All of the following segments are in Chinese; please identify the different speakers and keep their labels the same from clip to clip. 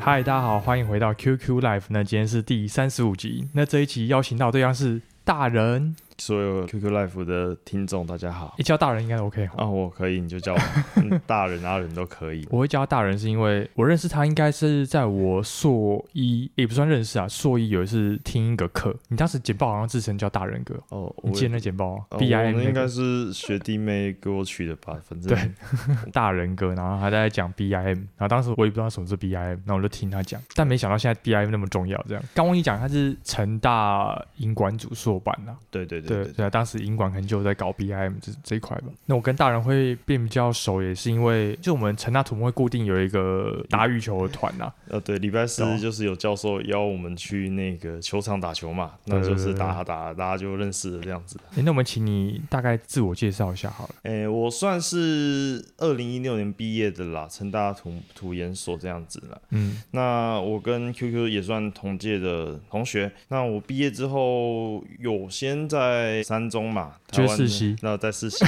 Speaker 1: 嗨，大家好，欢迎回到 QQ Live。那今天是第三十五集，那这一集邀请到对象是大人，
Speaker 2: 所有 QQ Life 的听众，大家好
Speaker 1: 一。叫大人应该 OK 哈。
Speaker 2: 啊，我可以，你就 叫我嗯大人啊，人都可以。
Speaker 1: 我会叫他大人是因为我认识他，应该是在我硕一，也不算认识啊，硕一有一次听一个课，你当时简报好像自称叫大人哥，
Speaker 2: 哦，我
Speaker 1: 你记得那简报吗？B 啊 I
Speaker 2: 哦我
Speaker 1: M
Speaker 2: 们
Speaker 1: 那
Speaker 2: 应该
Speaker 1: 个
Speaker 2: 是学弟妹给我取的吧，反正
Speaker 1: 对大人哥，然后他在讲 B I M，然后当时我也不知道什么是 B I M，然后我就听他讲，但没想到现在 B I M 那么重要，这样。刚忘记讲，他是成大英管主硕班啊，
Speaker 2: 对对对
Speaker 1: 对
Speaker 2: 对对，
Speaker 1: 对啊，当时英管可能就有在搞 BIM 这这一块吧。那我跟大人会变比较熟，也是因为就我们成大土木会固定有一个打羽球的团啊呐、
Speaker 2: 呃对，礼拜四
Speaker 1: 懂
Speaker 2: 就是有教授邀我们去那个球场打球嘛，
Speaker 1: 对
Speaker 2: 那
Speaker 1: 对
Speaker 2: 就是
Speaker 1: 对
Speaker 2: 打打，大家就认识了这样子。
Speaker 1: 诶那我们请你大概自我介绍一下好了。
Speaker 2: 诶，我算是二零一六年毕业的啦，成大土土研所这样子啦。
Speaker 1: 嗯，
Speaker 2: 那我跟 QQ 也算同届的同学。那我毕业之后有先在三中嘛，台湾的
Speaker 1: 就是世新
Speaker 2: 那在世西，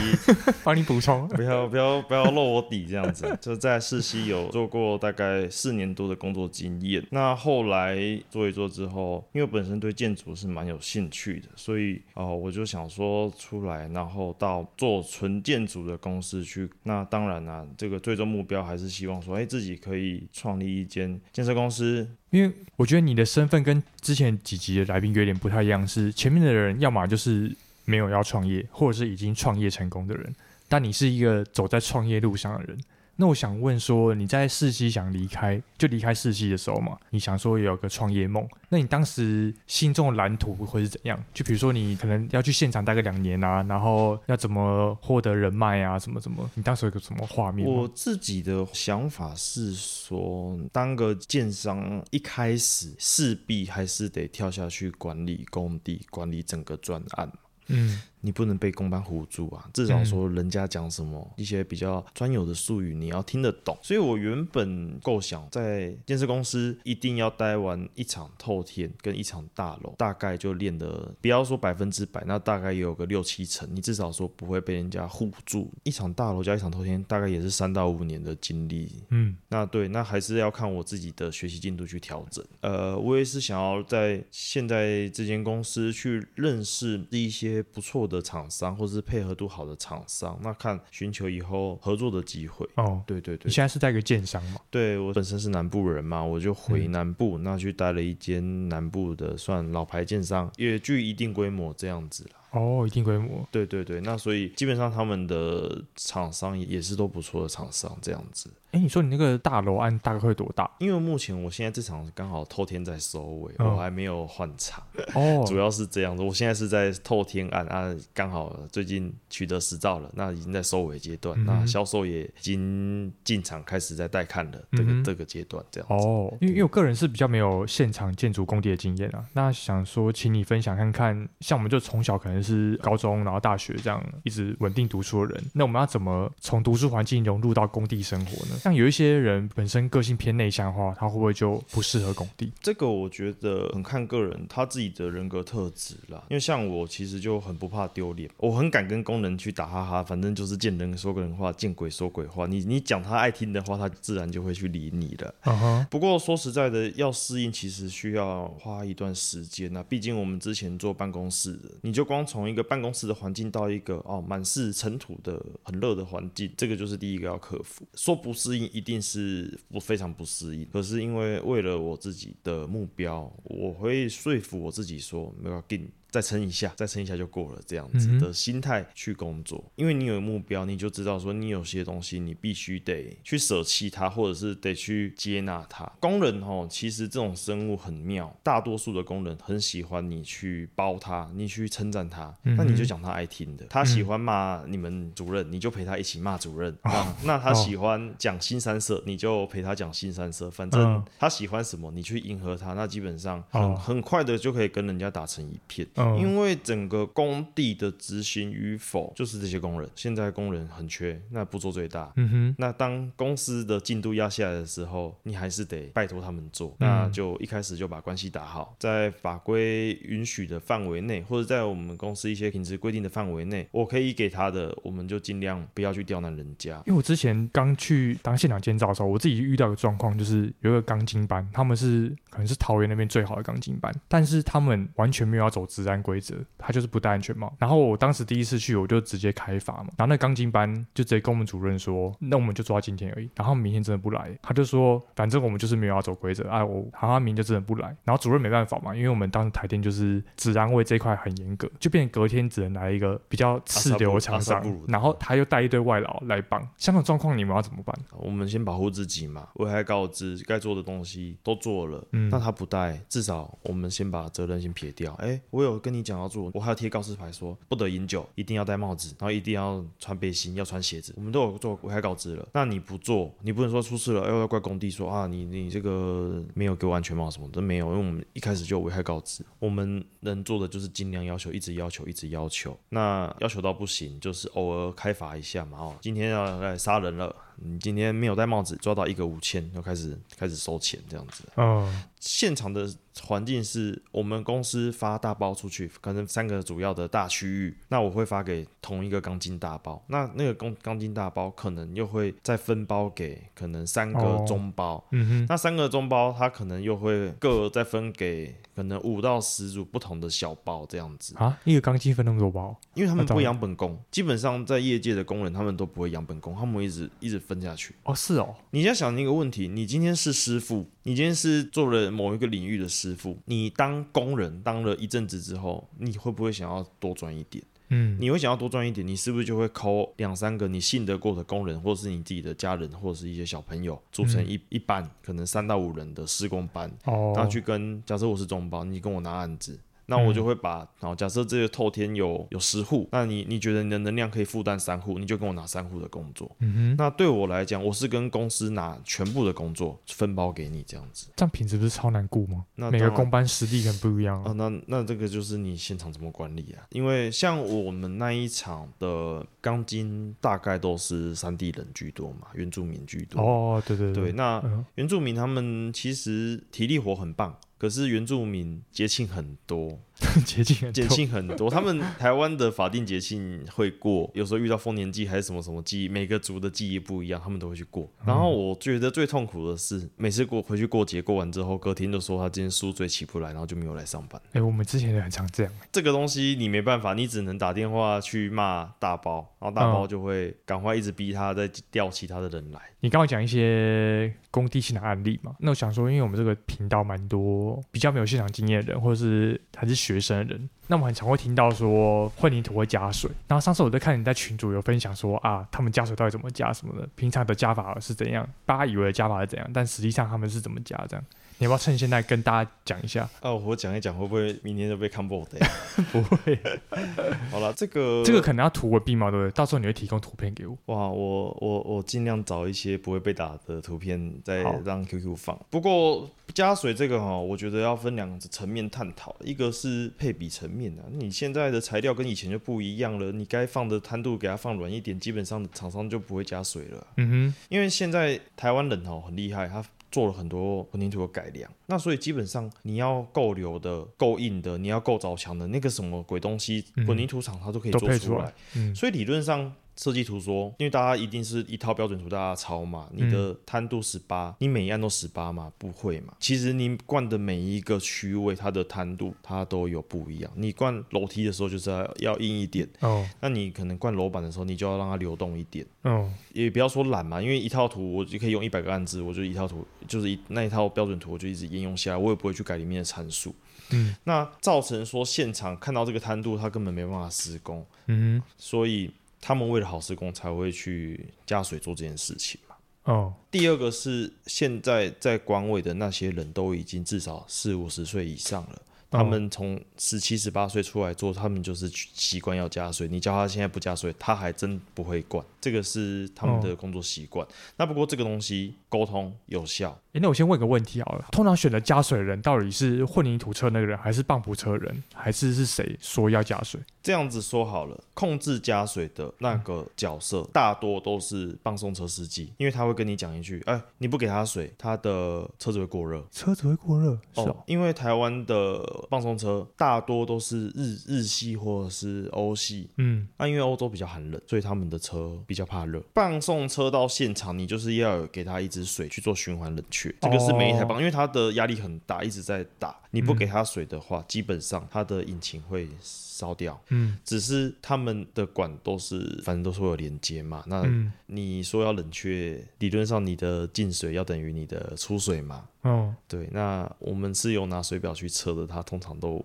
Speaker 1: 帮你补充。
Speaker 2: 不要不要不要露我底这样子，就在世西有做过大概四年多的工作经验。那后来做一做之后，因为本身对建筑是蛮有兴趣的，所以哦、呃我就想说出来，然后到做纯建筑的公司去。那当然啦、啊这个最终目标还是希望说，哎、自己可以创立一间建设公司，
Speaker 1: 因为我觉得你的身份跟之前几集的来宾有点不太一样，是前面的人要么就是没有要创业，或者是已经创业成功的人，但你是一个走在创业路上的人。那我想问说，你在世袭想离开，就离开世袭的时候嘛，你想说也有个创业梦，那你当时心中的蓝图会是怎样？就比如说你可能要去现场待个两年啊，然后要怎么获得人脉啊，什么什么，你当时有个什么画面吗？
Speaker 2: 我自己的想法是说，当个建商一开始势必还是得跳下去管理工地，管理整个专案。
Speaker 1: 嗯
Speaker 2: 你不能被公班唬住啊！至少说人家讲什么、一些比较专有的术语，你要听得懂。所以我原本构想在建设公司一定要待完一场透天跟一场大楼，大概就练的不要说百分之百，那大概也有个六七成，你至少说不会被人家唬住。一场大楼加一场透天，大概也是三到五年的经历，
Speaker 1: 嗯，
Speaker 2: 那对，那还是要看我自己的学习进度去调整。呃，我也是想要在现在这间公司去认识一些不错的厂商，或是配合度好的厂商，那看寻求以后合作的机会。
Speaker 1: 哦，
Speaker 2: 对对对
Speaker 1: 你，现在是在一个建商嘛？
Speaker 2: 对我本身是南部人嘛，我就回南部，那去待了一间南部的算老牌建商，也具一定规模这样子啦。
Speaker 1: 哦，一定规模。
Speaker 2: 对对对，那所以基本上他们的厂商也是都不错的厂商这样子。
Speaker 1: 哎，你说你那个大楼按大概会多 大？
Speaker 2: 因为目前我现在这场刚好透天在收尾，
Speaker 1: 嗯
Speaker 2: 我还没有换场，
Speaker 1: 哦，
Speaker 2: 主要是这样子。我现在是在透天案啊，刚好最近取得实照了，那已经在收尾阶段，
Speaker 1: 嗯
Speaker 2: 那销售也已经进场开始在带看了，这个、
Speaker 1: 嗯哼
Speaker 2: 这个阶段这样子。
Speaker 1: 哦，因为因为我个人是比较没有现场建筑工地的经验啊，那想说请你分享看看，像我们就从小可能是高中，然后大学这样一直稳定读书的人，那我们要怎么从读书环境融入到工地生活呢？像有一些人本身个性偏内向的话，他会不会就不适合工地？
Speaker 2: 这个我觉得很看个人他自己的人格特质啦，因为像我其实就很不怕丢脸，我很敢跟工人去打哈哈，反正就是见人说人话，见鬼说鬼话。你你讲他爱听的话，他自然就会去理你了。
Speaker 1: 嗯哼，
Speaker 2: 不过说实在的，要适应其实需要花一段时间啊。毕竟我们之前做办公室的，你就光从一个办公室的环境到一个哦满是尘土的很热的环境，这个就是第一个要克服。说不适应一定是我非常不适应，可是因为为了我自己的目标，我会说服我自己说没有定。再撑一下，再撑一下就过了，这样子
Speaker 1: 嗯哼
Speaker 2: 的心态去工作，因为你有目标，你就知道说你有些东西你必须得去舍弃它，或者是得去接纳它。工人哦，其实这种生物很妙，大多数的工人很喜欢你去包他，你去称赞他，
Speaker 1: 嗯哼嗯
Speaker 2: 那你就讲他爱听的。他喜欢骂你们主任，你就陪他一起骂主任。
Speaker 1: 哦
Speaker 2: 那那他喜欢讲新三色，你就陪他讲新三色，反正
Speaker 1: 嗯
Speaker 2: 他喜欢什么，你去迎合他，那基本上
Speaker 1: 哦
Speaker 2: 很很快的就可以跟人家打成一片。
Speaker 1: 嗯嗯
Speaker 2: 因为整个工地的执行与否，就是这些工人。现在工人很缺，那步骤最大。
Speaker 1: 嗯哼，
Speaker 2: 那当公司的进度压下来的时候，你还是得拜托他们做。
Speaker 1: 嗯
Speaker 2: 那就一开始就把关系打好，在法规允许的范围内，或者在我们公司一些品质规定的范围内，我可以给他的，我们就尽量不要去刁难人家。
Speaker 1: 因为我之前刚去当现场监造的时候，我自己遇到一个状况，就是有一个钢筋班，他们是可能是桃园那边最好的钢筋班，但是他们完全没有要走治安规则，他就是不戴安全帽。然后我当时第一次去，我就直接开罚嘛，然后那钢筋班就直接跟我们主任说，那我们就抓今天而已，然后明天真的不来，他就说反正我们就是没有要走规则，啊，我好像明天就真的不来。然后主任没办法嘛，因为我们当时台电就是治安卫这一块很严格，就变成隔天只能来一个比较次
Speaker 2: 阿萨布
Speaker 1: 流
Speaker 2: 鲁
Speaker 1: 厂
Speaker 2: 阿
Speaker 1: 商
Speaker 2: 萨布鲁，的
Speaker 1: 然后他又带一堆外劳来帮，像这种状况你们要怎么办？
Speaker 2: 我们先保护自己嘛，危害告知，该做的东西都做了，
Speaker 1: 嗯
Speaker 2: 那他不带，至少我们先把责任先撇掉。哎、我有跟你讲要做，我还要贴告示牌说不得饮酒，一定要戴帽子，然后一定要穿背心，要穿鞋子，我们都有做危害告知了。那你不做，你不能说出事了，哎、要怪工地说啊，你你这个没有给我安全帽什么的没有，因为我们一开始就有危害告知，我们能做的就是尽量要求，一直要求，一直要求。那要求到不行，就是偶尔开罚一下嘛。哦，今天要来杀人了。你今天没有戴帽子，抓到一个五千，就开始开始收钱这样子。
Speaker 1: 嗯
Speaker 2: 现场的环境是我们公司发大包出去，可能三个主要的大区域，那我会发给同一个钢筋大包，那那个钢钢筋大包可能又会再分包给可能三
Speaker 1: 哦
Speaker 2: 个中包，
Speaker 1: 嗯哼，
Speaker 2: 那三个中包它可能又会各再分给可能五到十组不同的小包这样子。
Speaker 1: 啊，一个钢筋分那么多包，
Speaker 2: 因为他
Speaker 1: 那
Speaker 2: 们
Speaker 1: 当
Speaker 2: 不
Speaker 1: 然
Speaker 2: 养本工，基本上在业界的工人他们都不会养本工，他们会一直一直分下去。
Speaker 1: 哦是哦，
Speaker 2: 你要想一个问题，你今天是师傅，你今天是做了某一个领域的师傅，你当工人当了一阵子之后，你会不会想要多赚一点？
Speaker 1: 嗯，
Speaker 2: 你会想要多赚一点，你是不是就会抠两三个你信得过的工人，或是你自己的家人，或者是一些小朋友，组成一、一班，可能三到五人的施工班，
Speaker 1: 哦，
Speaker 2: 然后去跟，假设我是中包，你跟我拿案子，那我就会把，然后假设这个透天有有十户，那你你觉得你的能量可以负担三户，你就跟我拿三户的工作。
Speaker 1: 嗯哼，
Speaker 2: 那对我来讲，我是跟公司拿全部的工作分包给你这样子。
Speaker 1: 这样品质不是超难顾吗？
Speaker 2: 那
Speaker 1: 每
Speaker 2: 当
Speaker 1: 个
Speaker 2: 然
Speaker 1: 工班实力很不一样
Speaker 2: 啊，
Speaker 1: 啊，
Speaker 2: 那那这个就是你现场怎么管理啊？因为像我们那一场的钢筋，大概都是山地人居多嘛，原住民居多。
Speaker 1: 哦对对
Speaker 2: 呃对，，那
Speaker 1: 嗯
Speaker 2: 原住民他们其实体力活很棒，可是原住民节庆很多，
Speaker 1: 捷径很
Speaker 2: 节
Speaker 1: 多，
Speaker 2: 庆很多，他们台湾的法定节庆会过，有时候遇到丰年祭还是什么什么祭，每个族的记忆不一样，他们都会去过。
Speaker 1: 嗯
Speaker 2: 然后我觉得最痛苦的是，每次过回去过节，过完之后，隔天就说他今天宿醉起不来，然后就没有来上班。
Speaker 1: 哎，我们之前也很常这样，
Speaker 2: 这个东西你没办法，你只能打电话去骂大包，然后大
Speaker 1: 嗯
Speaker 2: 包就会赶快一直逼他再调其他的人来。
Speaker 1: 你刚刚讲一些工地现场案例嘛，那我想说，因为我们这个频道蛮多比较没有现场经验的人，或者是还是学生的人，那我们很常会听到说混凝土会加水。然后上次我在看你在群组有分享说啊，他们加水到底怎么加什么的，平常的加法是怎样，大家以为的加法是怎样，但实际上他们是怎么加这样。你要不要趁现在跟大家讲一下？
Speaker 2: 哦、我讲一讲会不会明天就被看爆的？
Speaker 1: 不会，
Speaker 2: 好了，这个
Speaker 1: 这个可能要图文并茂，对不对？到时候你会提供图片给我。
Speaker 2: 哇，我我我尽量找一些不会被打的图片，再
Speaker 1: 好
Speaker 2: 让 QQ 放。不过加水这个哈、我觉得要分两个层面探讨，一个是配比层面啊，你现在的材料跟以前就不一样了，你该放的摊度给它放软一点，基本上厂商就不会加水了啊。
Speaker 1: 嗯
Speaker 2: 因为现在台湾人哦很厉害，他做了很多混凝土的改良，那所以基本上你要够流的、够硬的，你要够凿墙的，那个什么鬼东西，
Speaker 1: 嗯
Speaker 2: 混凝土厂它都可以
Speaker 1: 都
Speaker 2: 做
Speaker 1: 配
Speaker 2: 出
Speaker 1: 出来
Speaker 2: 来。
Speaker 1: 哼，嗯
Speaker 2: 所以理论上设计图说，因为大家一定是一套标准图大家抄嘛，你的摊度十八，你每一案都十八嘛，不会嘛？其实你灌的每一个区位，它的摊度它都有不一样。你灌楼梯的时候就是要要硬一点，
Speaker 1: 哦
Speaker 2: 那你可能灌楼板的时候，你就要让它流动一点。
Speaker 1: 哦，
Speaker 2: 也不要说懒嘛，因为一套图我就可以用一百个案子，我就一套图就是一那一套标准图，我就一直沿用下来，我也不会去改里面的参数。
Speaker 1: 嗯，
Speaker 2: 那造成说现场看到这个摊度，他根本没办法施工，
Speaker 1: 嗯
Speaker 2: 所以他们为了好施工才会去加水做这件事情嘛。
Speaker 1: 哼，哦，
Speaker 2: 第二个是现在在官位的那些人都已经至少四五十岁以上了，他们从十七、十八岁出来做，他们就是习惯要加税。你叫他现在不加税，他还真不会管。这个是他们的工作习惯。那不过这个东西沟通有效，
Speaker 1: 诶，那我先问个问题好了，通常选择加水的人到底是混凝土车那个人，还是棒浦车人，还是是谁说要加水？
Speaker 2: 这样子说好了，控制加水的那个角色大多都是棒送车司机，因为他会跟你讲一句：“哎、你不给他水，他的车子会过热。”
Speaker 1: 车子会过热，是
Speaker 2: 哦
Speaker 1: 哦，，
Speaker 2: 因为台湾的棒送车大多都是日日系或者是欧系，啊
Speaker 1: 嗯，
Speaker 2: 那、因为欧洲比较寒冷，所以他们的车比较怕热。棒送车到现场，你就是要有给他一支水去做循环冷却，这个是每一台棒，因为它的压力很大，一直在打。你不给它水的话，基本上它的引擎会烧掉。
Speaker 1: 嗯，
Speaker 2: 只是他们的管都是，反正都是会有连接嘛。那
Speaker 1: 嗯，
Speaker 2: 你说要冷却，理论上你的进水要等于你的出水嘛。
Speaker 1: 哦，
Speaker 2: 对，那我们是有拿水表去测的，它通常都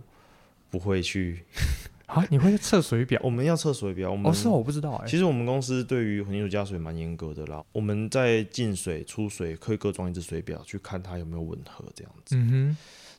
Speaker 2: 不会去。
Speaker 1: 啊，你会测水表？
Speaker 2: 我们要测水表，我们、
Speaker 1: 哦，是哦，我不知道哎、
Speaker 2: 其实我们公司对于混凝土加水蛮严格的啦，我们在进水、出水可以各装一只水表，去看它有没有吻合这样子。
Speaker 1: 嗯哼，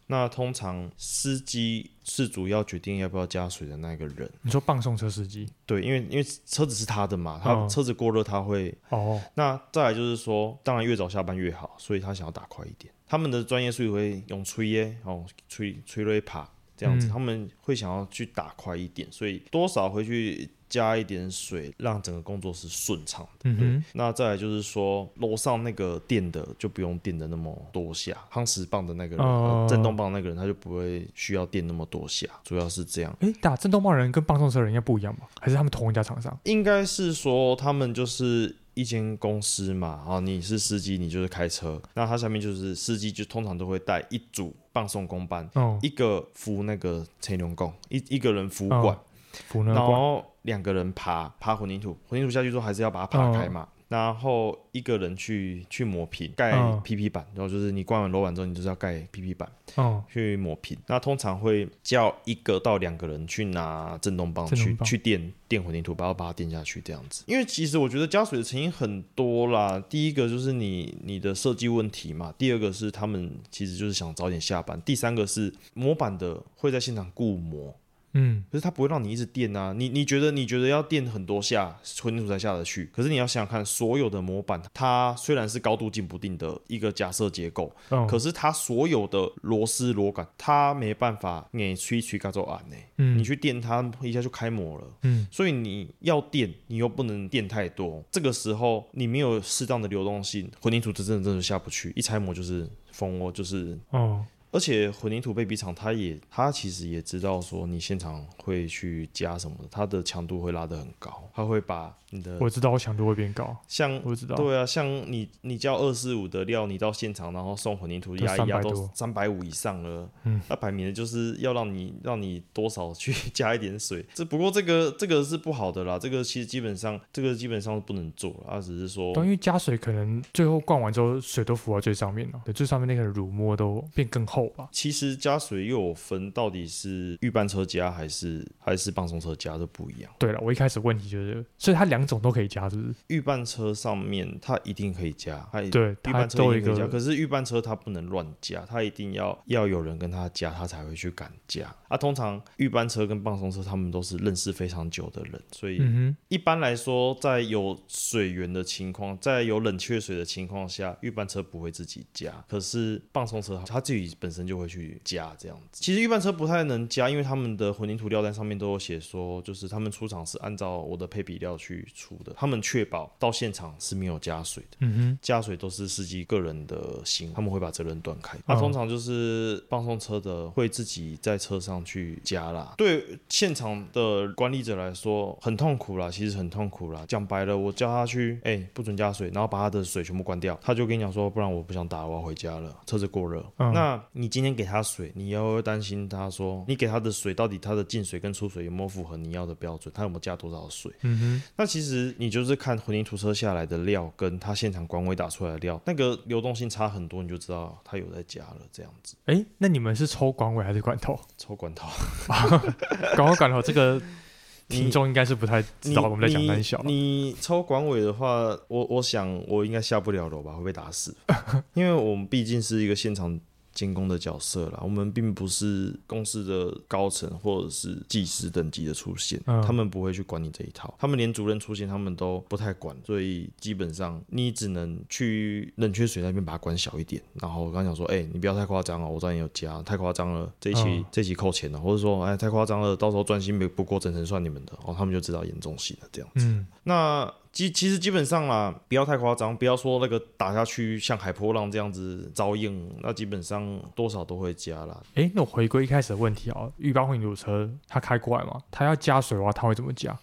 Speaker 2: 那通常司机是主要决定要不要加水的那个人，
Speaker 1: 你说棒送车司机？
Speaker 2: 对，因为因为车子是他的嘛，他
Speaker 1: 嗯
Speaker 2: 车子过热他会。
Speaker 1: 哦，
Speaker 2: 那再来就是说，当然越早下班越好，所以他想要打快一点。他们的专业术语会用吹耶，哦，吹吹瑞帕这样子，
Speaker 1: 嗯
Speaker 2: 他们会想要去打快一点，所以多少会去加一点水，让整个工作是顺畅的。
Speaker 1: 嗯哼，
Speaker 2: 那再来就是说，楼上那个电的就不用电的那么多下，夯实棒的那个人，
Speaker 1: 哦
Speaker 2: 呃震动棒那个人，他就不会需要电那么多下，主要是这样。
Speaker 1: 诶，打震动棒人跟棒送车人应该不一样吧？还是他们同一家厂商？
Speaker 2: 应该是说他们就是一间公司嘛，啊，你是司机，你就是开车，那他下面就是司机，就通常都会带一组棒送工班，
Speaker 1: 哦，
Speaker 2: 一个扶那个车轮工，一一个人扶管，
Speaker 1: 福能
Speaker 2: 然
Speaker 1: 管，
Speaker 2: 后两个人爬爬混凝土，混凝土下去之后还是要把它爬开嘛。然后一个人去去磨平盖
Speaker 1: 嗯
Speaker 2: PP 板，然后就是你灌完楼板之后，你就是要盖 PP 板
Speaker 1: 哦，
Speaker 2: 去磨平。那通常会叫一个到两个人去拿震动棒
Speaker 1: 震动
Speaker 2: 去
Speaker 1: 棒
Speaker 2: 去垫垫混凝土，把它把它垫下去这样子。因为其实我觉得加水的成因很多啦，第一个就是你你的设计问题嘛，第二个是他们其实就是想早点下班，第三个是模板的会在现场固磨，
Speaker 1: 嗯，
Speaker 2: 可是它不会让你一直垫啊，你你觉得你觉得要垫很多下混凝土才下得去，可是你要想想看，所有的模板它虽然是高度进不定的一个假设结构，
Speaker 1: 哦，
Speaker 2: 可是它所有的螺丝螺杆它没办法你吹吹嘎做按呢，你
Speaker 1: 嗯
Speaker 2: 去垫它一下就开模了。
Speaker 1: 嗯，
Speaker 2: 所以你要垫，你又不能垫太多。这个时候你没有适当的流动性，混凝土真的真的下不去，一拆模就是蜂窝，就是
Speaker 1: 哦，
Speaker 2: 而且混凝土被逼厂，他也他其实也知道说你现场会去加什么的，它的强度会拉得很高，他会把你的
Speaker 1: 我知道我强度会变高，
Speaker 2: 像
Speaker 1: 我知道，
Speaker 2: 对啊，像你你叫二四五的料，你到现场然后送混凝土
Speaker 1: 都
Speaker 2: 压一压
Speaker 1: 300
Speaker 2: 都
Speaker 1: 多
Speaker 2: 三百五以上了，
Speaker 1: 嗯，
Speaker 2: 那摆明了就是要让你让你多少去加一点水。这不过这个这个是不好的啦，这个其实基本上这个基本上不能做了，啊，只是说
Speaker 1: 对，因为加水可能最后灌完之后，水都浮到最上面了，对，最上面那个乳沫都变更厚吧。
Speaker 2: 其实加水又有分，到底是预拌车加还是还是棒送车加，这不一样。
Speaker 1: 对了，我一开始问题就是，所以它两种都可以加，是不是？
Speaker 2: 预拌车上面它一定可以加，它一
Speaker 1: 对，
Speaker 2: 预
Speaker 1: 它
Speaker 2: 拌车
Speaker 1: 都有
Speaker 2: 一
Speaker 1: 一
Speaker 2: 定可以加，
Speaker 1: 个
Speaker 2: 可是预拌车它不能乱加，它一定要要有人跟他加，他才会去敢加。啊，通常预拌车跟棒送车他们都是认识非常久的人，所以
Speaker 1: 嗯
Speaker 2: 一般来说，在有水源的情况，在有冷却水的情况下，预拌车不会自己加，可是棒送车它自己本身就会去加这样子。其实预拌车不太能加，因为他们的混凝土料单上面都有写说，就是他们出厂是按照我的配比料去出的，他们确保到现场是没有加水的。
Speaker 1: 哼，嗯
Speaker 2: 加水都是司机个人的行，他们会把责任断开。
Speaker 1: 嗯
Speaker 2: 那、通常就是放送车的会自己在车上去加啦。对现场的管理者来说很痛苦啦，其实很痛苦啦。讲白了，我叫他去，哎、不准加水，然后把他的水全部关掉，他就跟你讲说，不然我不想打了，我要回家了，车子过热。
Speaker 1: 嗯
Speaker 2: 那你今天给他水，你要担心他说，你给他的水到底他的进水跟出水有没有符合你要的标准，他有没有加多少水？
Speaker 1: 哼，嗯
Speaker 2: 那其实你就是看混凝土车下来的料，跟它现场管委打出来的料，那个流动性差很多，你就知道它有在加了。这样子
Speaker 1: 哼，哎，那你们是抽管尾还是管头？
Speaker 2: 抽管套，
Speaker 1: 管尾管头这个
Speaker 2: 你
Speaker 1: 听众应该是不太知道我们在讲三小。
Speaker 2: 你你抽管委的话， 我我想我应该下不了楼吧，会被打死，因为我们毕竟是一个现场监工的角色啦，我们并不是公司的高层或者是技师等级的出现，
Speaker 1: 嗯
Speaker 2: 他们不会去管你这一套，他们连主任出现他们都不太管，所以基本上你只能去冷却水那边把它关小一点。然后我刚想说，哎、你不要太夸张哦，我这边有加，太夸张了，这一期、
Speaker 1: 嗯
Speaker 2: 这一期扣钱了，或者说，哎，太夸张了，到时候专心没不过整成算你们的哦，他们就知道严重性了这样。
Speaker 1: 嗯
Speaker 2: 那基其实基本上啦，不要太夸张，不要说那个打下去像海波浪这样子遭应，那基本上多少都会加啦。
Speaker 1: 哎、那我回归一开始的问题啊，预包混凝土车它开过来嘛，它要加水的话，它会怎么加？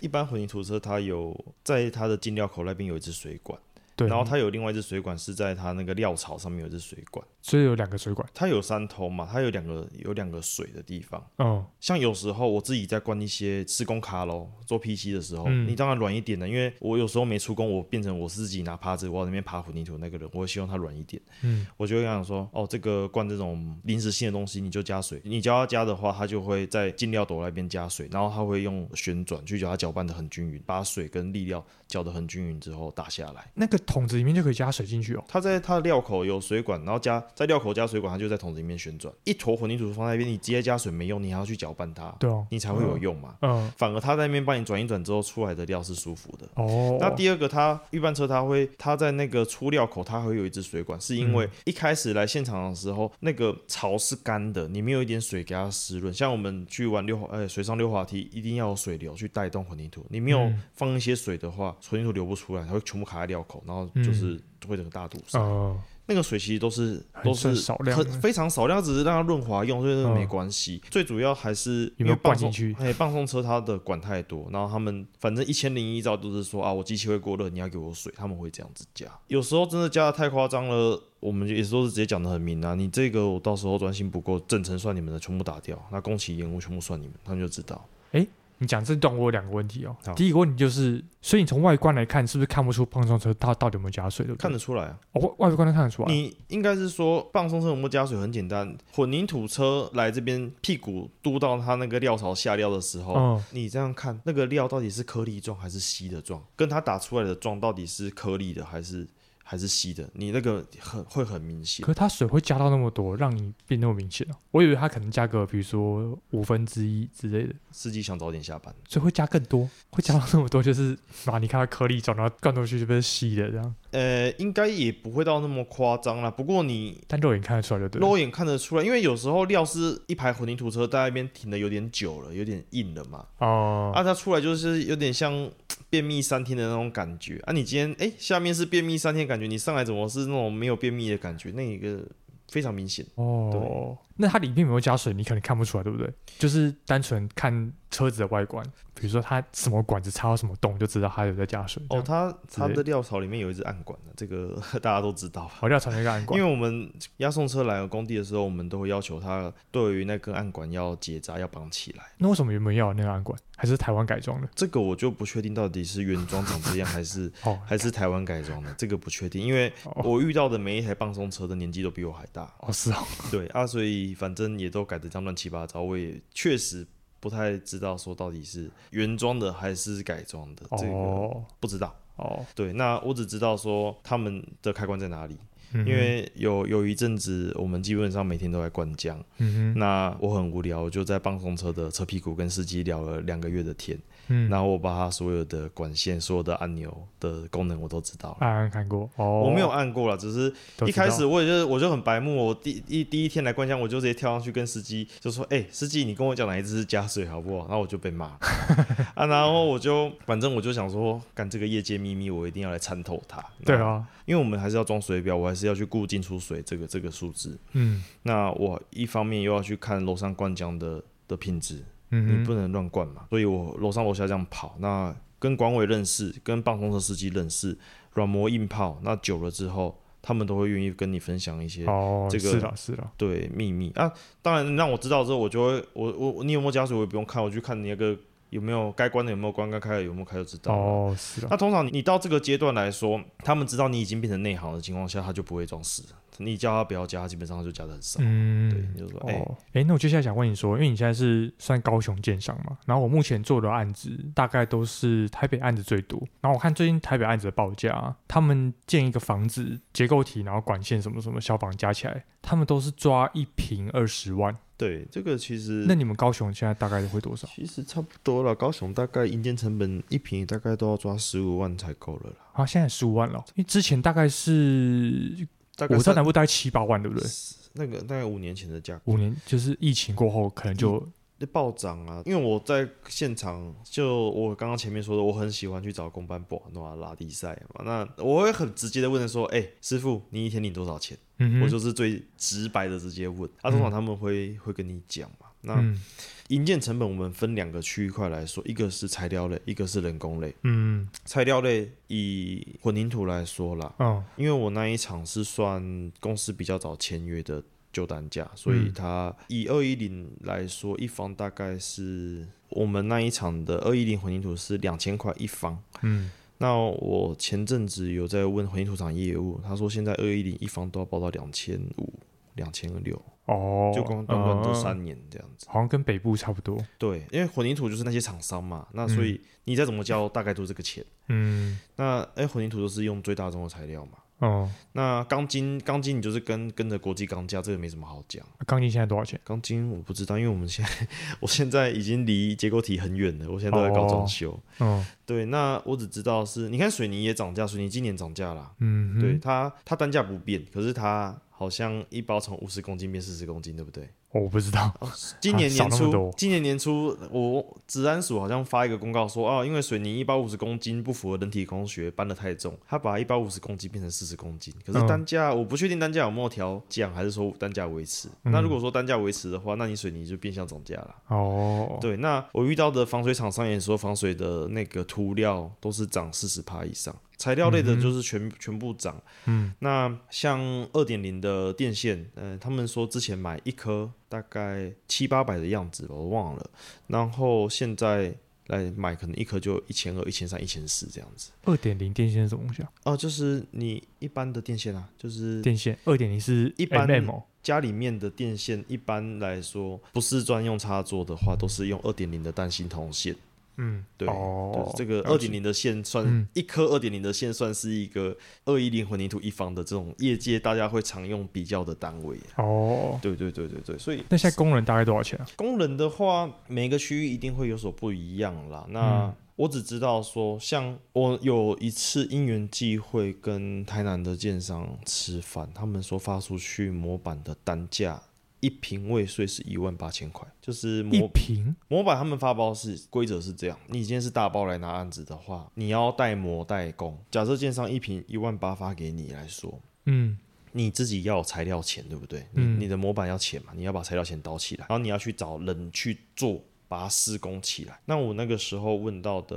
Speaker 2: 一般混凝土车它有在它的进料口那边有一支水管，
Speaker 1: 对，
Speaker 2: 然后它有另外一支水管是在它那个料槽上面有一支水管，
Speaker 1: 所以有两个水管，
Speaker 2: 它有三头嘛，它有两个有两个水的地方。
Speaker 1: 嗯
Speaker 2: 像有时候我自己在灌一些施工卡喽，做 PC 的时候，
Speaker 1: 嗯
Speaker 2: 你当然软一点的，因为我有时候没出工，我变成我自己拿耙子往那边耙混凝土那个人，我会希望它软一点。
Speaker 1: 嗯
Speaker 2: 我就会跟他讲说，哦，这个灌这种临时性的东西，你就加水。你叫他加的话，他就会在进料斗那边加水，然后他会用旋转去叫它搅拌的很均匀，把水跟粒料搅得很均匀之后打下来。
Speaker 1: 那个桶子里面就可以加水进去哦。
Speaker 2: 它在它的料口有水管，然后加在料口加水管，它就在桶子里面旋转。一坨混凝土放在那边，你直接加水没用，你还要去搅拌它，
Speaker 1: 对哦，
Speaker 2: 你才会有用嘛。
Speaker 1: 嗯
Speaker 2: 反而它在那边帮你转一转之后，出来的料是舒服的。
Speaker 1: 哦，
Speaker 2: 那第二个，它预拌车它会，它在那个出料口它会有一支水管，是
Speaker 1: 嗯
Speaker 2: 因为一开始来现场的时候，那个槽是干的，你没有一点水给它湿润。像我们去玩溜滑，呃、水上溜滑梯一定要有水流去带动混凝土，你没有
Speaker 1: 嗯
Speaker 2: 放一些水的话，混凝土流不出来，它会全部卡在料口，然后
Speaker 1: 嗯
Speaker 2: 就是会整个大堵塞。
Speaker 1: 呃
Speaker 2: 那个水其实都是
Speaker 1: 很
Speaker 2: 都是
Speaker 1: 少量
Speaker 2: 很
Speaker 1: 的
Speaker 2: 非常少量，只是让它润滑用，所以那个没
Speaker 1: 嗯
Speaker 2: 关系。最主要还是
Speaker 1: 有
Speaker 2: 因
Speaker 1: 没有
Speaker 2: 为
Speaker 1: 灌
Speaker 2: 棒送
Speaker 1: 进去
Speaker 2: 哎，棒送车它的管太多，然后他们反正一千零一招都是说啊，我机器会过热，你要给我水，他们会这样子加。有时候真的加的太夸张了，我们就也是都是直接讲的很明啊，你这个我到时候专心不够，正成算你们的，全部打掉，那工期延误全部算你们，他们就知道。
Speaker 1: 嗯你讲这段我有两个问题哦
Speaker 2: 好。
Speaker 1: 第一个问题就是，所以你从外观来看，是不是看不出碰撞车它到底有没有加水？对不对
Speaker 2: 看得出来啊，
Speaker 1: 哦，外外观都看得出来。
Speaker 2: 你应该是说放松车有没有加水很简单，混凝土车来这边屁股嘟到它那个料槽下料的时候，
Speaker 1: 嗯
Speaker 2: 你这样看那个料到底是颗粒状还是稀的状，跟它打出来的状到底是颗粒的还是还是稀的，你那个很会很明显
Speaker 1: 可。是它水会加到那么多，让你变那么明显哦。我以为它可能加个，比如说五分之一之类的，
Speaker 2: 司机想早点下班，
Speaker 1: 所以会加更多，会加到那么多，就是把你看到颗粒状，然后灌过去就变稀的这样，
Speaker 2: 呃，应该也不会到那么夸张啦。不过你
Speaker 1: 但肉眼看得出来就对了。
Speaker 2: 肉眼看得出来，因为有时候料是一排混凝土车在那边停的有点久了，有点硬了嘛。
Speaker 1: 哦、
Speaker 2: 啊，它出来就是有点像便秘三天的那种感觉啊。你今天哎、下面是便秘三天的感觉，你上来怎么是那种没有便秘的感觉？那一个非常明显。
Speaker 1: 哦，那它里面有没有加水，你可能看不出来，对不对？就是单纯看车子的外观，比如说它什么管子插到什么洞，就知道它有在加水。
Speaker 2: 哦，，它它
Speaker 1: 之类
Speaker 2: 的料槽里面有一支暗管的，这个 大家都知道。
Speaker 1: 我要传那个暗
Speaker 2: 因
Speaker 1: 管，
Speaker 2: 为我们押送车来工地的时候，我们都会要求他对于那根暗管要结扎，要绑起来。
Speaker 1: 那为什么原本要有那个暗管？还是台湾改装的？
Speaker 2: 这个我就不确定到底是原装长这样，还是
Speaker 1: 哦，
Speaker 2: 还是台湾改装的，这个不确定。因为
Speaker 1: 哦
Speaker 2: 我遇到的每一台棒送车的年纪都比我还大，
Speaker 1: 哦是哦，
Speaker 2: 对啊，所以反正也都改得这样乱七八糟，我也确实不太知道说到底是原装的还是改装的，这个
Speaker 1: 哦
Speaker 2: 不知道。
Speaker 1: 哦，
Speaker 2: 对，那我只知道说他们的开关在哪里，
Speaker 1: 因
Speaker 2: 因为有有一阵子我们基本上每天都在灌浆，
Speaker 1: 嗯哼，
Speaker 2: 那我很无聊，我就在棒送车的车屁股跟司机聊了两个月的天，
Speaker 1: 嗯
Speaker 2: 然后我把他所有的管线、所有的按钮的功能我都知道了。
Speaker 1: 暗暗看过哦，
Speaker 2: 我没有按过了，只是
Speaker 1: 都
Speaker 2: 一
Speaker 1: 知道
Speaker 2: 开始我也就是我就很白目，我第一第一天来灌浆，我就直接跳上去跟司机就说：“哎、司机，你跟我讲哪一只是加水好不好？”然后我就被骂 啊，然后我就反正我就想说，干这个业界秘密，我一定要来参透它。
Speaker 1: 对，啊，
Speaker 2: 因为我们还是要装水表，我还是要去顾进出水这个这个数字。
Speaker 1: 嗯
Speaker 2: 那我一方面又要去看楼上灌浆的的品质，你
Speaker 1: 嗯
Speaker 2: 不
Speaker 1: 哼，
Speaker 2: 能乱灌嘛。所以我楼上楼下这样跑，那跟管委认识，跟棒冲车司机认识，软磨硬泡，那久了之后，他们都会愿意跟你分享一些。
Speaker 1: 哦，
Speaker 2: 这个
Speaker 1: 是的，是的，
Speaker 2: 对秘密啊，当然让我知道之后，我就会我我你有没有加水，我也不用看，我去看你那个有没有该关的有没有关，该开的有没有开就知道了。
Speaker 1: 哦，是的，
Speaker 2: 那通常你到这个阶段来说，他们知道你已经变成内行的情况下，他就不会装死，你叫他不要加，基本上他就加的很少。
Speaker 1: 嗯，
Speaker 2: 对，你就说，哎、
Speaker 1: 哦，哎、那我接下来想问你说，因为你现在是算高雄建商嘛，然后我目前做的案子大概都是台北案子最多，然后我看最近台北案子的报价啊，他们建一个房子结构体，然后管线什么什么消防加起来，他们都是抓一平二十万，
Speaker 2: 对，这个其实
Speaker 1: 那你们高雄现在大概会多少？
Speaker 2: 其实差不多了。高雄大概营建成本一平大概都要抓十五万才够了啦。
Speaker 1: 啊，现在十五万了哦，因为之前大概是
Speaker 2: 大概
Speaker 1: 我在
Speaker 2: 三
Speaker 1: 南部大概七八万，对不对？
Speaker 2: 那个大概五年前的价格
Speaker 1: 五年就是疫情过后，可能就
Speaker 2: 那暴涨啊！因为我在现场，就我刚刚前面说的，我很喜欢去找公班博诺啊拉力赛嘛。那我会很直接的问他说：“哎、师傅，你一天领多少钱？”
Speaker 1: 嗯哼，
Speaker 2: 我就是最直白的直接问。啊，通常他们会、会跟你讲嘛。那
Speaker 1: 嗯
Speaker 2: 营建成本我们分两个区块来说，一个是材料类，一个是人工类。
Speaker 1: 嗯
Speaker 2: 材料类以混凝土来说啦，
Speaker 1: 哦
Speaker 2: 因为我那一场是算公司比较早签约的旧单价，所
Speaker 1: 嗯
Speaker 2: 以它以二一零来说，一方大概是我们那一场的二一零混凝土是两千块一方。
Speaker 1: 嗯
Speaker 2: 那我前阵子有在问混凝土厂业务，他说现在二一零一方都要报到两千五、两千六，
Speaker 1: 哦，
Speaker 2: 就光短短这
Speaker 1: 嗯
Speaker 2: 三年这样子。
Speaker 1: 好像跟北部差不多，
Speaker 2: 对，因为混凝土就是那些厂商嘛，那所以你再怎么交，大概都是这个钱。
Speaker 1: 嗯
Speaker 2: 那哎、混凝土都是用最大宗的材料嘛。
Speaker 1: 哦。
Speaker 2: 那钢筋，钢筋你就是跟跟着国际钢价，这个没什么好讲。
Speaker 1: 钢筋现在多少钱？
Speaker 2: 钢筋我不知道，因为我们现在 我现在已经离结构体很远了，我现在都在搞装修。
Speaker 1: 嗯
Speaker 2: 对，那我只知道是，你看水泥也涨价，水泥今年涨价啦。
Speaker 1: 嗯，
Speaker 2: 对，它，它单价不变，可是它好像一包从五十公斤变四十公斤，对不对？
Speaker 1: 哦我不知 道。
Speaker 2: 今年
Speaker 1: 少
Speaker 2: 年
Speaker 1: 那么
Speaker 2: 初，
Speaker 1: 多
Speaker 2: 今年年初，我治安署好像发一个公告说，哦，因为水泥一包五十公斤不符合人体工学，搬得太重，他把一包五十公斤变成四十公斤。可是
Speaker 1: 嗯
Speaker 2: 单价、我不确定单价有没有调降，还是说单价维持。
Speaker 1: 嗯
Speaker 2: 那如果说单价维持的话，那你水泥就变相涨价了。
Speaker 1: 哦，
Speaker 2: 对，那我遇到的防水厂商也说，防水的那个涂料都是涨四十趴以上，材料类的就是全、全部涨。
Speaker 1: 嗯，
Speaker 2: 那像二点零的电线，呃，他们说之前买一颗大概七八百的样子吧，我忘了，然后现在来买可能一颗就一千二、一千三、一千四这样子。
Speaker 1: 二点零电线是什么东西啊？
Speaker 2: 哦、就是你一般的电线啊，就是
Speaker 1: 电线二点零是
Speaker 2: 一般
Speaker 1: mm 哦
Speaker 2: 家里面的电线，一般来说不是专用插座的话，都是用二点零的单芯铜线。
Speaker 1: 嗯，
Speaker 2: 对
Speaker 1: 哦
Speaker 2: 对，这个
Speaker 1: 了
Speaker 2: 二
Speaker 1: 解
Speaker 2: 点零的线算、
Speaker 1: 嗯
Speaker 2: 一颗二点零的线算是一个二一零混凝土一方的这种业界大家会常用比较的单位。
Speaker 1: 哦。
Speaker 2: 对对对对对，所以
Speaker 1: 那现在工人大概多少钱啊？
Speaker 2: 工人的话，每个区域一定会有所不一样啦。那、
Speaker 1: 嗯
Speaker 2: 我只知道说，像我有一次因缘际会跟台南的建商吃饭，他们说发出去模板的单价一平未税是一万八千块，就是模
Speaker 1: 一平
Speaker 2: 模板他们发包是规则是这样，你今天是大包来拿案子的话，你要代模代工。假设建商一瓶一万八发给你来说，
Speaker 1: 嗯
Speaker 2: 你自己要有材料钱，对不对？你、
Speaker 1: 嗯
Speaker 2: 你的模板要钱嘛，你要把材料钱倒起来，然后你要去找人去做。把它施工起来。那我那个时候问到的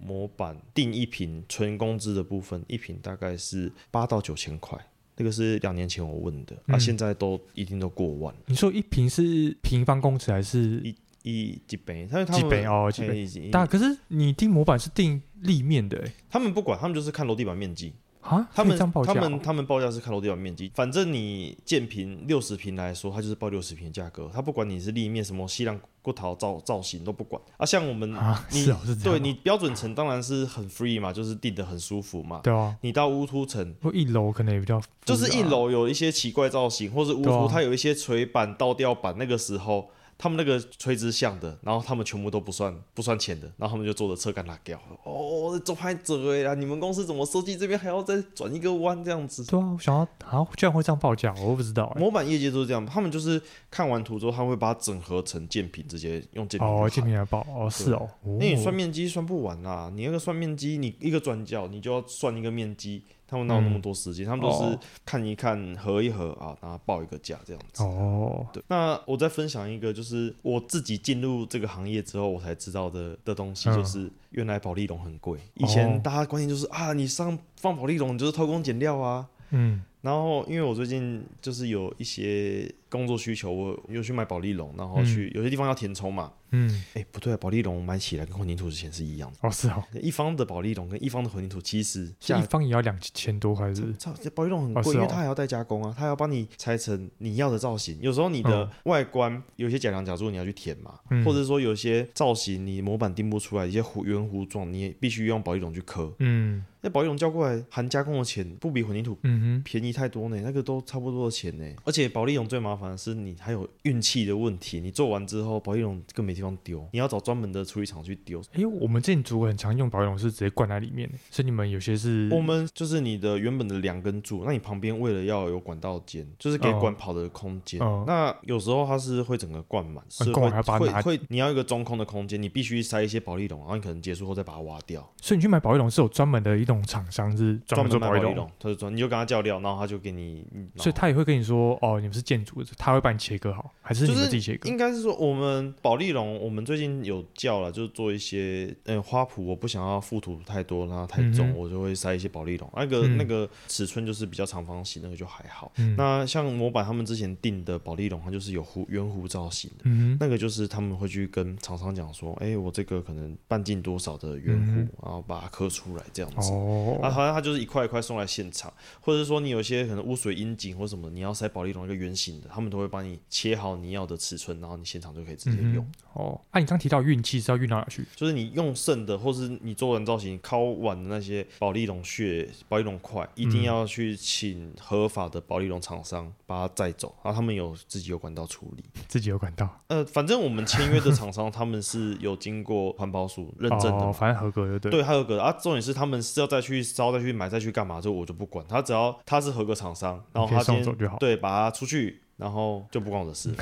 Speaker 2: 模板定一瓶纯工资的部分，一瓶大概是八到九千块，那个是两年前我问的，啊，
Speaker 1: 嗯
Speaker 2: 现在都一定都过万了，
Speaker 1: 你说一平是平方公尺还是
Speaker 2: 一一几杯，因为他们
Speaker 1: 几倍哦？几倍？
Speaker 2: 哎已经
Speaker 1: 大可是你定模板是定立面的哎
Speaker 2: 他们不管，他们就是看楼地板 面积。
Speaker 1: 啊？
Speaker 2: 他
Speaker 1: 可以
Speaker 2: 们
Speaker 1: 这样报价
Speaker 2: 他
Speaker 1: 哦
Speaker 2: 们他们报价是看楼地板面积，反正你建平六十平来说，它就是报六十平的价格，它不管你是立面什么西凉骨头造造型都不管啊。像我们
Speaker 1: 啊
Speaker 2: 你
Speaker 1: 是哦是这样哦
Speaker 2: 对你标准层当然是很 free 嘛，就是定的很舒服嘛。
Speaker 1: 对啊，
Speaker 2: 你到乌凸层，
Speaker 1: 或一楼可能也比较
Speaker 2: 就是
Speaker 1: 复杂啊
Speaker 2: 一楼有一些奇怪造型，或是乌
Speaker 1: 对啊
Speaker 2: 凸，它有一些垂板、倒吊板，那个时候。他们那个垂直向的，然后他们全部都不算不算钱的，然后他们就做的侧杆拉掉。哦，这拍折哎啦！你们公司怎么设计这边还要再转一个弯这样子？
Speaker 1: 对啊，我想要啊，居然会这样报价，我都不知道哎。
Speaker 2: 模板业界都是这样，他们就是看完图之后，他会把它整合成建品，直接用建品
Speaker 1: 哦，
Speaker 2: 去
Speaker 1: 建
Speaker 2: 喊。
Speaker 1: 平来报哦，是哦，哦
Speaker 2: 那你算面积算不完啦，你那个算面积，你一个转角你就要算一个面积，他们哪有那么多时间？他们都是
Speaker 1: 哦
Speaker 2: 看一看、合一合啊，然后报一个价这样子。
Speaker 1: 哦，
Speaker 2: 对，那我再分享一个，就是我自己进入这个行业之后，我才知道的的东西，
Speaker 1: 嗯
Speaker 2: 就是原来保利龙很贵。以前
Speaker 1: 哦
Speaker 2: 大家观念就是啊，你上放保利龙你就是偷工减料啊，
Speaker 1: 嗯
Speaker 2: 然后因为我最近就是有一些工作需求，我又去买保利龙，然后去、有些地方要填充嘛。
Speaker 1: 嗯，
Speaker 2: 哎，不对、啊，保利龙买起来跟混凝土之前是一样
Speaker 1: 哦是哦，
Speaker 2: 的，一方的保利龙跟一方的混凝土其实
Speaker 1: 这
Speaker 2: 价
Speaker 1: 一方也要两千多块是不是？
Speaker 2: 操，这保利龙很
Speaker 1: 哦
Speaker 2: 贵，
Speaker 1: 是
Speaker 2: 因为
Speaker 1: 哦
Speaker 2: 它还要再加工啊，它还要帮你拆成你要的造型。有时候你的
Speaker 1: 嗯
Speaker 2: 外观有些假梁假柱你要去填嘛，
Speaker 1: 嗯
Speaker 2: 或者说有些造型你模板定不出来，一些弧圆弧状，你也必须用保利龙去刻。
Speaker 1: 嗯
Speaker 2: 那保利龙叫过来含加工的钱不比混凝土
Speaker 1: 嗯
Speaker 2: 便宜太多呢，那个都差不多的钱呢。而且保利龙最麻烦的是你还有运气的问题，你做完之后保利龙更没地方丢，你要找专门的处理厂去丢。
Speaker 1: 哼，哎，我们这组很常用保养是直接灌在里面的，所以你们有些是
Speaker 2: 我们就是你的原本的两根柱，那你旁边为了要有管道间，就是给
Speaker 1: 哦
Speaker 2: 管跑的空间。
Speaker 1: 哦
Speaker 2: 那有时候它是会整个灌满，是
Speaker 1: 呃灌满
Speaker 2: 会
Speaker 1: 还要把它
Speaker 2: 会
Speaker 1: 拿
Speaker 2: 会你要一个中空的空间，你必须塞一些保利龙，然后你可能结束后再把它挖掉，
Speaker 1: 所以你去买保育龙是有专门的一种厂商是专门
Speaker 2: 门
Speaker 1: 做
Speaker 2: 卖
Speaker 1: 保
Speaker 2: 保
Speaker 1: 育
Speaker 2: 利
Speaker 1: 龙
Speaker 2: 龙，，他就专你就跟他叫料，然后他就给你，嗯
Speaker 1: 所以他也会跟你说哦，你们是建筑的，他会帮你切割好，还是你
Speaker 2: 就
Speaker 1: 们
Speaker 2: 是
Speaker 1: 自己切割？
Speaker 2: 应该是说，我们保利龙，我们最近有叫了，就是做一些，嗯，花圃，我不想要覆土太多，让它太重，
Speaker 1: 嗯哼
Speaker 2: 我就会塞一些保利龙。啊那个、
Speaker 1: 嗯
Speaker 2: 那个尺寸就是比较长方形，那个就还好。
Speaker 1: 嗯
Speaker 2: 那像模板他们之前定的保利龙，它就是有弧圆弧造型的，
Speaker 1: 嗯哼，
Speaker 2: 那个就是他们会去跟厂商讲说，哎、我这个可能半径多少的圆弧，
Speaker 1: 嗯
Speaker 2: 然后把它刻出来这样子。啊，
Speaker 1: 哦，
Speaker 2: 好像它就是一块一块送来现场，或者是说你有一些可能污水阴井或什么，你要塞保利龙一个圆形的，他们都会帮你切好你要的尺寸，然后你现场就可以直接
Speaker 1: 嗯
Speaker 2: 用。
Speaker 1: 哼，哦，啊，你刚提到运气是要运到哪去？
Speaker 2: 就是你用剩的，或是你做完造型敲完的那些保利龙屑、保利龙块，一定要去请合法的保利龙厂商把它载走，然后他们有自己有管道处理。
Speaker 1: 自己有管道
Speaker 2: 呃，反正我们签约的厂商他们是有经过环保署认证的
Speaker 1: 哦，
Speaker 2: 嘛。
Speaker 1: 反正合格就对。，
Speaker 2: 对，还有个啊，重点是他们是要再去烧、再去买、再去干嘛，这我就不管。他只要他是合格厂商，然后
Speaker 1: 可以
Speaker 2: 他今
Speaker 1: 送
Speaker 2: 天
Speaker 1: 走就好。
Speaker 2: 对，把它出去，然后就不关我的事了。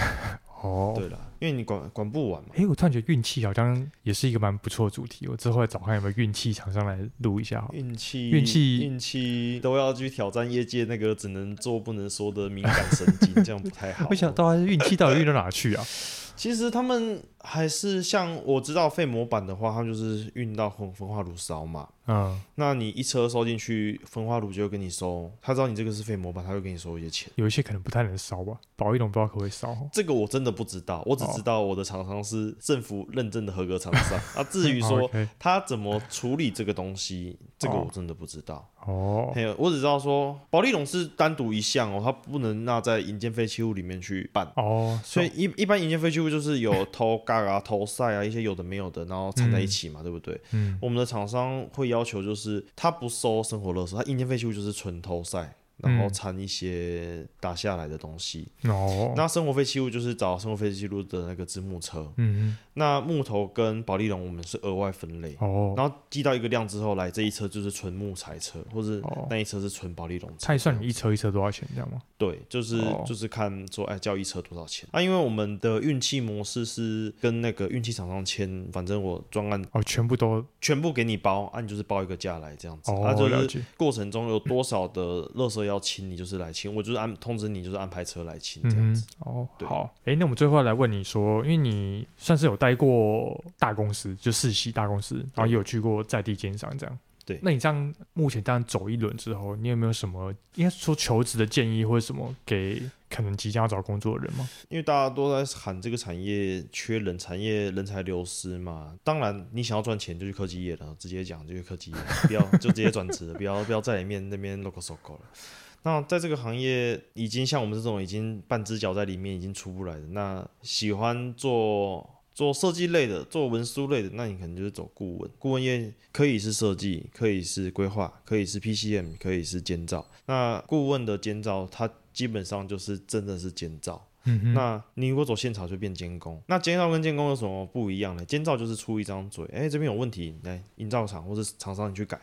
Speaker 1: 哦，
Speaker 2: 对了，因为你管管不完嘛。
Speaker 1: 哎，我突然觉得运气好像也是一个蛮不错的主题，我之后来找看有没有运气厂商来录一下好了。
Speaker 2: 运气，
Speaker 1: 运气
Speaker 2: 运气都要去挑战业界那个只能做不能说的敏感神经，这样不太好。
Speaker 1: 我想到底运气到底运到哪去啊？
Speaker 2: 其实他们还是像我知道废模板的话，他们就是运到焚焚化炉烧嘛。
Speaker 1: 嗯，
Speaker 2: 那你一车收进去，焚化炉就会跟你收，他知道你这个是废模板，他会跟你收一些钱。
Speaker 1: 有一些可能不太能烧吧，保一龙不知道可不可以烧哦。
Speaker 2: 这个我真的不知道，我只
Speaker 1: 哦
Speaker 2: 知道我的厂商是政府认证的合格厂商。啊，至于
Speaker 1: 哦
Speaker 2: 说
Speaker 1: ，OK
Speaker 2: 他怎么处理这个东西，这个
Speaker 1: 哦
Speaker 2: 我真的不知道。
Speaker 1: 哦，
Speaker 2: 还有，我只知道说保利龙是单独一项哦，它不能纳在营建废弃物里面去办。
Speaker 1: 哦，
Speaker 2: 所以一一般营建废弃物就是有偷盖啊、偷晒啊一些有的没有的，然后掺在一起嘛，对不对？
Speaker 1: 嗯，
Speaker 2: 我们的厂商会要求就是它不收生活垃圾，它营建废弃物就是纯偷晒，然后
Speaker 1: 嗯
Speaker 2: 掺一些打下来的东西。
Speaker 1: 哦，
Speaker 2: 那生活废弃物就是找生活废弃物的那个制木车，
Speaker 1: 嗯，
Speaker 2: 那木头跟保利龙我们是额外分类，
Speaker 1: 哦，
Speaker 2: 然后寄到一个量之后来，这一车就是纯木材车，或者
Speaker 1: 哦
Speaker 2: 那一车是纯保利龙车。
Speaker 1: 他也算你一车一车多少钱，这样吗？
Speaker 2: 对，就是、
Speaker 1: 哦
Speaker 2: 就是看说，哎，交易车多少钱？啊，因为我们的运气模式是跟那个运气厂商签，反正我专案
Speaker 1: 哦，全部都
Speaker 2: 全部给你包，啊，你就是包一个价来这样子。啊，
Speaker 1: 哦，
Speaker 2: 就
Speaker 1: 了
Speaker 2: 是
Speaker 1: 解，
Speaker 2: 过程中有多少的垃圾要清，你就是来清，我就是安通知你就是安排车来清这样
Speaker 1: 嗯
Speaker 2: 子。，
Speaker 1: 哦，
Speaker 2: 对
Speaker 1: 好，哎，那我们最后来问你说，因为你算是有待过大公司，就世袭大公司，然后也有去过在地奸商这样。
Speaker 2: 对
Speaker 1: 那你这样目前这样走一轮之后，你有没有什么应该说求职的建议或者什么给可能即将要找工作的人吗？
Speaker 2: 因为大家都在喊这个产业缺人，产业人才流失嘛。当然，你想要赚钱就去科技业了，直接讲就去科技业，不要就直接转职了，不要不要在里面那边 logo so go 了。那在这个行业，已经像我们这种已经半只脚在里面已经出不来的，那喜欢做做设计类的，做文书类的，那你可能就是走顾问。顾问业可以是设计，可以是规划，可以是 PCM，可以是监造。那顾问的监造，它基本上就是真的是监造。
Speaker 1: 嗯哼，
Speaker 2: 那你如果走现场就变监工，那监造跟监工有什么不一样呢？监造就是出一张嘴，哎、这边有问题，来营造厂或是厂商你去改。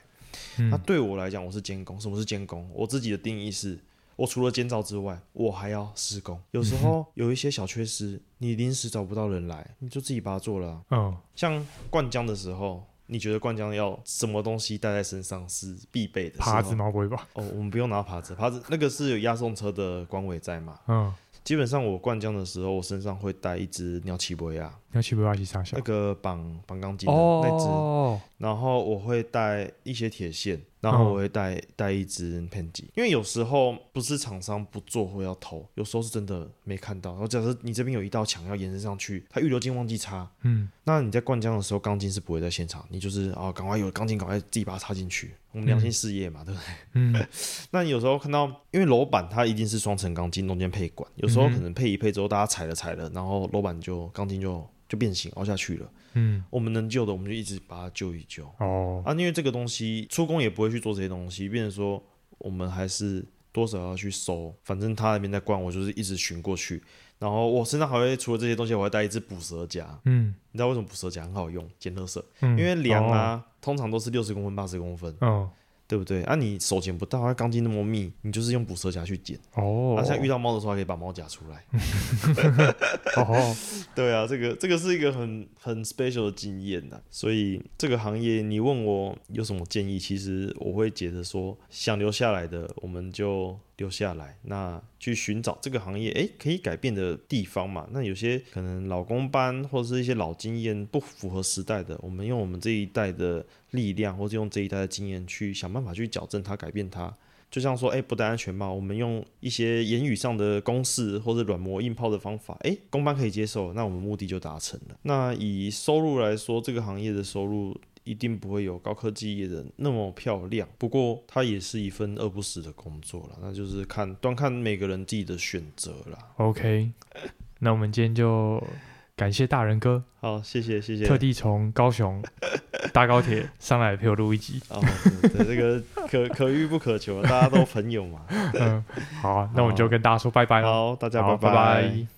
Speaker 1: 嗯
Speaker 2: 那对我来讲，我是监工。什么是监工？我自己的定义是，我除了监造之外，我还要施工。有时
Speaker 1: 嗯
Speaker 2: 候有一些小缺失，你临时找不到人来，你就自己把它做了啊、
Speaker 1: 嗯，
Speaker 2: 像灌浆的时候。你觉得灌浆要什么东西带在身上是必备的？
Speaker 1: 耙子？吗？不会吧？
Speaker 2: 哦，我们不用拿耙子，耙子那个是有押送车的官尾在嘛？
Speaker 1: 嗯，
Speaker 2: 基本上我灌浆的时候，我身上会带一只尿气杯啊，
Speaker 1: 那七不八七上小
Speaker 2: 那个绑绑钢筋的那只，
Speaker 1: 哦，
Speaker 2: 然后我会带一些铁线，然后
Speaker 1: 嗯
Speaker 2: 我会带带一支喷剂，因为有时候不是厂商不做或要偷，有时候是真的没看到。然后假设你这边有一道墙要延伸上去，它预留筋忘记插，
Speaker 1: 嗯，
Speaker 2: 那你在灌浆的时候钢筋是不会在现场，你就是啊赶快有钢筋赶快自己把它插进去，我们良心事业嘛，对不对？
Speaker 1: 嗯，
Speaker 2: 那你有时候看到，因为楼板它一定是双层钢筋，中间配管，有时候
Speaker 1: 嗯哼
Speaker 2: 可能配一配之后，大家踩了踩了，然后楼板就钢筋就就变形凹哦下去了。
Speaker 1: 嗯，
Speaker 2: 我们能救的，我们就一直把它救一救
Speaker 1: 哦，
Speaker 2: 啊，因为这个东西出工也不会去做这些东西，变成说我们还是多少要去收，反正他那边在灌，我就是一直巡过去。然后我身上还会除了这些东西，我还带一只捕蛇夹，
Speaker 1: 嗯，
Speaker 2: 你知道为什么捕蛇夹很好用，捡垃圾？
Speaker 1: 因
Speaker 2: 因为梁，啊，通常都是六十公分、八十公分，
Speaker 1: 哦，
Speaker 2: 对不对？啊，你手剪不到，它钢筋那么密，你就是用捕蛇夹去剪。
Speaker 1: 哦，
Speaker 2: 啊，像遇
Speaker 1: 到，
Speaker 2: 到猫的时候，还可以把猫夹出来。
Speaker 1: 哦，
Speaker 2: 对啊，这个这个是一个很很 special 的经验呐、所以这个行业，你问我有什么建议，其实我会觉得说，想留下来的我们就留下来，那去寻找这个行业，诶，可以改变的地方嘛。那有些可能老公班或者是一些老经验不符合时代的，我们用我们这一代的力量，或者用这一代的经验去想办法去矫正它、改变它。就像说，哎、不戴安全帽，我们用一些言语上的公式或者软磨硬泡的方法，哎、公班可以接受，那我们目的就达成了。那以收入来说，这个行业的收入一定不会有高科技业的那么漂亮，不过它也是一份饿不死的工作了，那就是看端看每个人自己的选择啦。
Speaker 1: OK，那我们今天就感谢大人哥
Speaker 2: 好，谢谢谢谢。
Speaker 1: 特地从高 雄搭高铁上来陪我录一集。
Speaker 2: 哦，对，对这个可可遇不可求，大家都朋友嘛。
Speaker 1: 嗯，好啊，那我们就跟大家说拜拜了。
Speaker 2: 好，大家
Speaker 1: 好
Speaker 2: 拜
Speaker 1: 拜拜